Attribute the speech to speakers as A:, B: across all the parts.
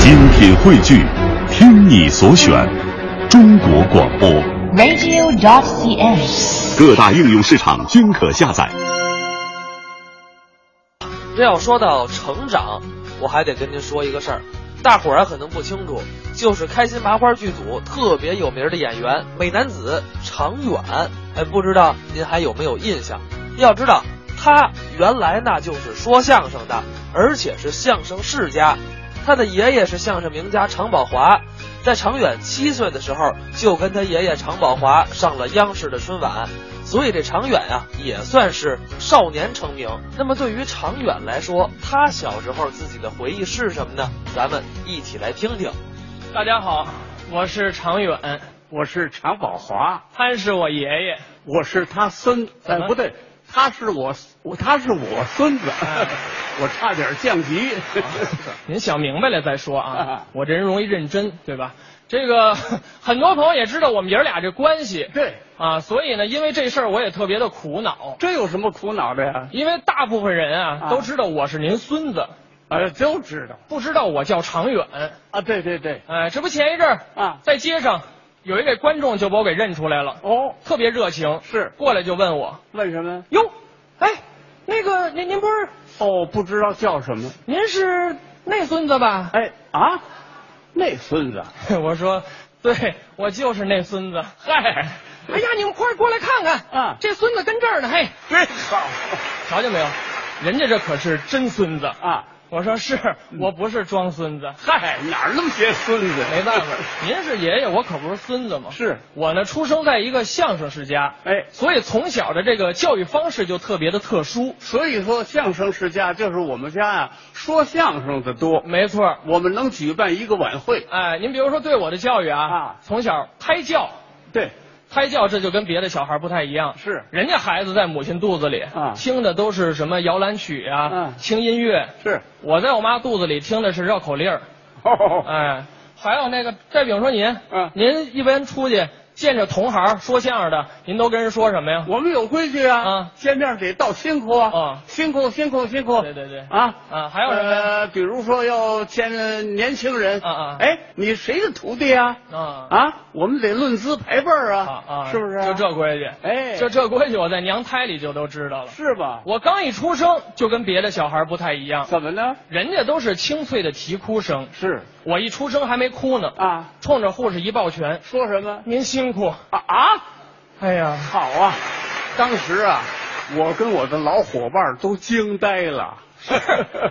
A: 精品汇聚，听你所选，中国广播。
B: radio.cn。
A: 各大应用市场均可下载。
C: 这要说到成长，我还得跟您说一个事儿，大伙儿啊可能不清楚，就是开心麻花剧组特别有名的演员美男子常远，哎，不知道您还有没有印象？要知道，他原来那就是说相声的，而且是相声世家。他的爷爷是相声名家常宝华，在常远七岁的时候就跟他爷爷常宝华上了央视的春晚，所以这常远啊也算是少年成名。那么对于常远来说，他小时候自己的回忆是什么呢？咱们一起来听听。
D: 大家好，我是常远，
E: 我是常宝华，
D: 潘是我爷爷，
E: 我是他孙，哎，不对，他是我，我他是我孙子， 我差点降级。哦
D: 您想明白了再说啊。我这人容易认真，对吧？这个 很多朋友也知道我们爷儿俩这关系
E: 对，
D: 啊，所以呢，因为这事儿我也特别的苦恼，
E: 这有什么苦恼的呀？
D: 因为大部分人啊
E: 啊
D: 都知道我是您孙子，
E: 呃，都知道
D: 不知道我叫常远。
E: 啊，对对对，
D: 哎，这不前一阵儿
E: 啊
D: 在街上有一位观众就把我给认出来了，
E: 哦，
D: 特别热情，
E: 是
D: 过来就问我
E: 问什么？
D: 哟，哎，那个您您不是
E: 哦，不知道叫什么？
D: 您是那孙子吧？
E: 哎啊，那孙子，啊
D: 我说，对我就是那孙子。嗨，哎呀，你们快过来看看
E: 啊
D: 这孙子跟这儿呢。嘿，
E: 真好
D: 瞧见没有？人家这可是真孙子！
E: 啊！
D: 我说是，我不是装孙子。
E: 嗨，哪儿那么些孙子？
D: 没办法，您是爷爷，我可不是孙子 嘛。
E: 是
D: 我呢，出生在一个相声世家，
E: 哎
D: 所以从小的这个教育方式就特别的特殊。
E: 所以说相声世家就是我们家呀、说相声的多。
D: 没错儿，
E: 我们能举办一个晚会，
D: 哎，您比如说对我的教育啊，
E: 啊
D: 从小胎教，
E: 对，
D: 胎教这就跟别的小孩不太一样，
E: 是
D: 人家孩子在母亲肚子里
E: 啊
D: 听的都是什么摇篮曲啊、
E: 嗯
D: 轻音乐，
E: 是，
D: 我在我妈肚子里听的是绕口令儿，
E: 哦，
D: 哎，还有那个，再比如说您，
E: 嗯
D: 您一般出去见着同行说相声的，您都跟人说什么呀？
E: 我们有规矩啊，
D: 啊
E: 见面得道辛苦啊，
D: 啊
E: 辛苦辛苦辛苦，
D: 对对对
E: 啊
D: 啊还有什么呀
E: 呃，比如说要见呃年轻人，
D: 啊啊
E: 哎，你谁的徒弟啊？
D: 啊
E: 啊，我们得论资排辈儿啊，
D: 啊，
E: 是不是啊？
D: 就这规矩，
E: 哎
D: 就这规矩，我在娘胎里就都知道了。
E: 是吧？
D: 我刚一出生就跟别的小孩不太一样，
E: 怎么呢？
D: 人家都是清脆的啼哭声，
E: 是
D: 我一出生还没哭呢，
E: 啊，
D: 冲着护士一抱拳，
E: 说什么
D: 您辛苦。
E: 啊啊？
D: 哎 呀，
E: 好啊，当时啊，我跟我的老伙伴都惊呆了，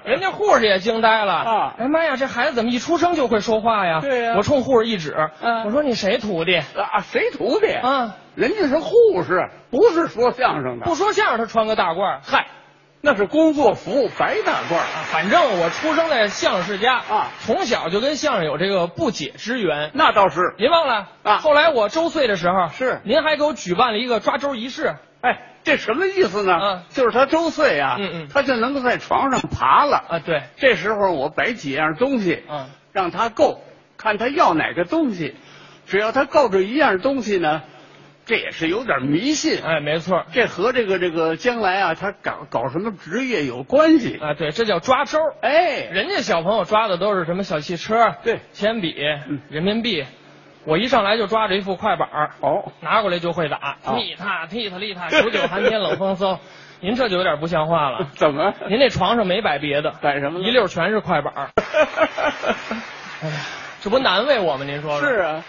D: 人家护士也惊呆了
E: 啊
D: 哎妈呀，这孩子怎么一出生就会说话呀？
E: 对呀
D: 我冲护士一指，
E: 嗯
D: 我说你谁徒弟？
E: 啊，谁徒弟？
D: 啊，
E: 人家是护士，不是说相声的。
D: 不说相声他穿个大褂儿，
E: 嗨，那是工作服，白大褂儿。
D: 啊反正我出生在相声世家
E: 啊
D: 从小就跟相声有这个不解之缘。
E: 那倒是，
D: 您忘了
E: 啊
D: 后来我周岁的时候，
E: 是
D: 您还给我举办了一个抓周仪式。
E: 哎，这什么意思呢？
D: 嗯
E: 就是他周岁啊，
D: 嗯嗯
E: 他就能够在床上爬了。
D: 啊，对，
E: 这时候我摆几样东西，
D: 嗯
E: 让他够，看他要哪个东西。只要他够着一样东西呢，这也是有点迷信。
D: 哎，没错儿，
E: 这和这个这个将来啊，他搞搞什么职业有关系。
D: 啊，对，这叫抓周儿。
E: 哎，
D: 人家小朋友抓的都是什么小汽车、
E: 对嗯
D: 铅笔、人民币，我一上来就抓着一副快板儿，
E: 哦，
D: 拿过来就会打，
E: 哦
D: 踢踏踢踏踢踏，数九寒天冷风 嗖。您这就有点不像话了，
E: 怎么？
D: 您那床上没摆别的，
E: 摆什么呢
D: 一溜全是快 板儿，这不难为我吗？您说说。
E: 是。啊，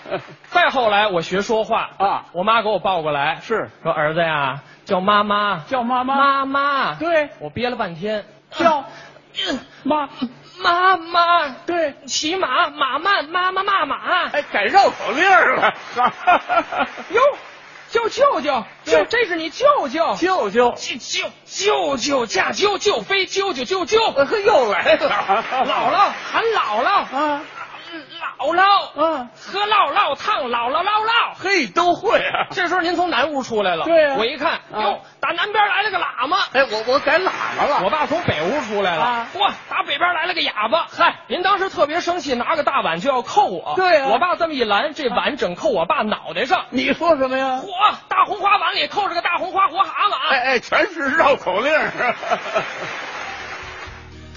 D: 再后来我学说话
E: 啊
D: 我妈给我抱过来，
E: 是
D: 说儿子呀，叫妈妈，
E: 叫妈妈
D: 妈妈。
E: 对
D: 我憋了半天，嗯
E: 叫妈，
D: 妈妈，
E: 对，
D: 骑马马慢，妈妈骂马。
E: 哎，改绕口令了。
D: 哟，叫舅舅，舅，
E: 对
D: 这是你舅舅，
E: 舅舅，
D: 舅舅舅舅驾啾舅飞啾啾啾啾，
E: 呵，又来 了，
D: 姥姥喊姥姥，
E: 啊，
D: 姥姥，
E: 啊，
D: 喝姥姥烫姥姥姥姥。
E: 嘿，都会啊。
D: 这时候您从南屋出来了，
E: 对啊
D: 我一看，
E: 啊
D: 哟，打南边来了个喇嘛。
E: 哎，我我改喇叭了。
D: 我爸从北屋出来了
E: 啊，
D: 嚯、打北边来了个哑巴。嗨，您当时特别生气，拿个大碗就要扣我。
E: 对啊
D: 我爸这么一拦，这碗整扣我爸脑袋上。
E: 你说什么呀？
D: 嚯，大红花碗里扣着个
E: 哎
D: 大红花活蛤蟆。
E: 哎哎，全是绕口令。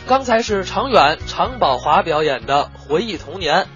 C: 刚才是常远、常宝华表演的《回忆童年》，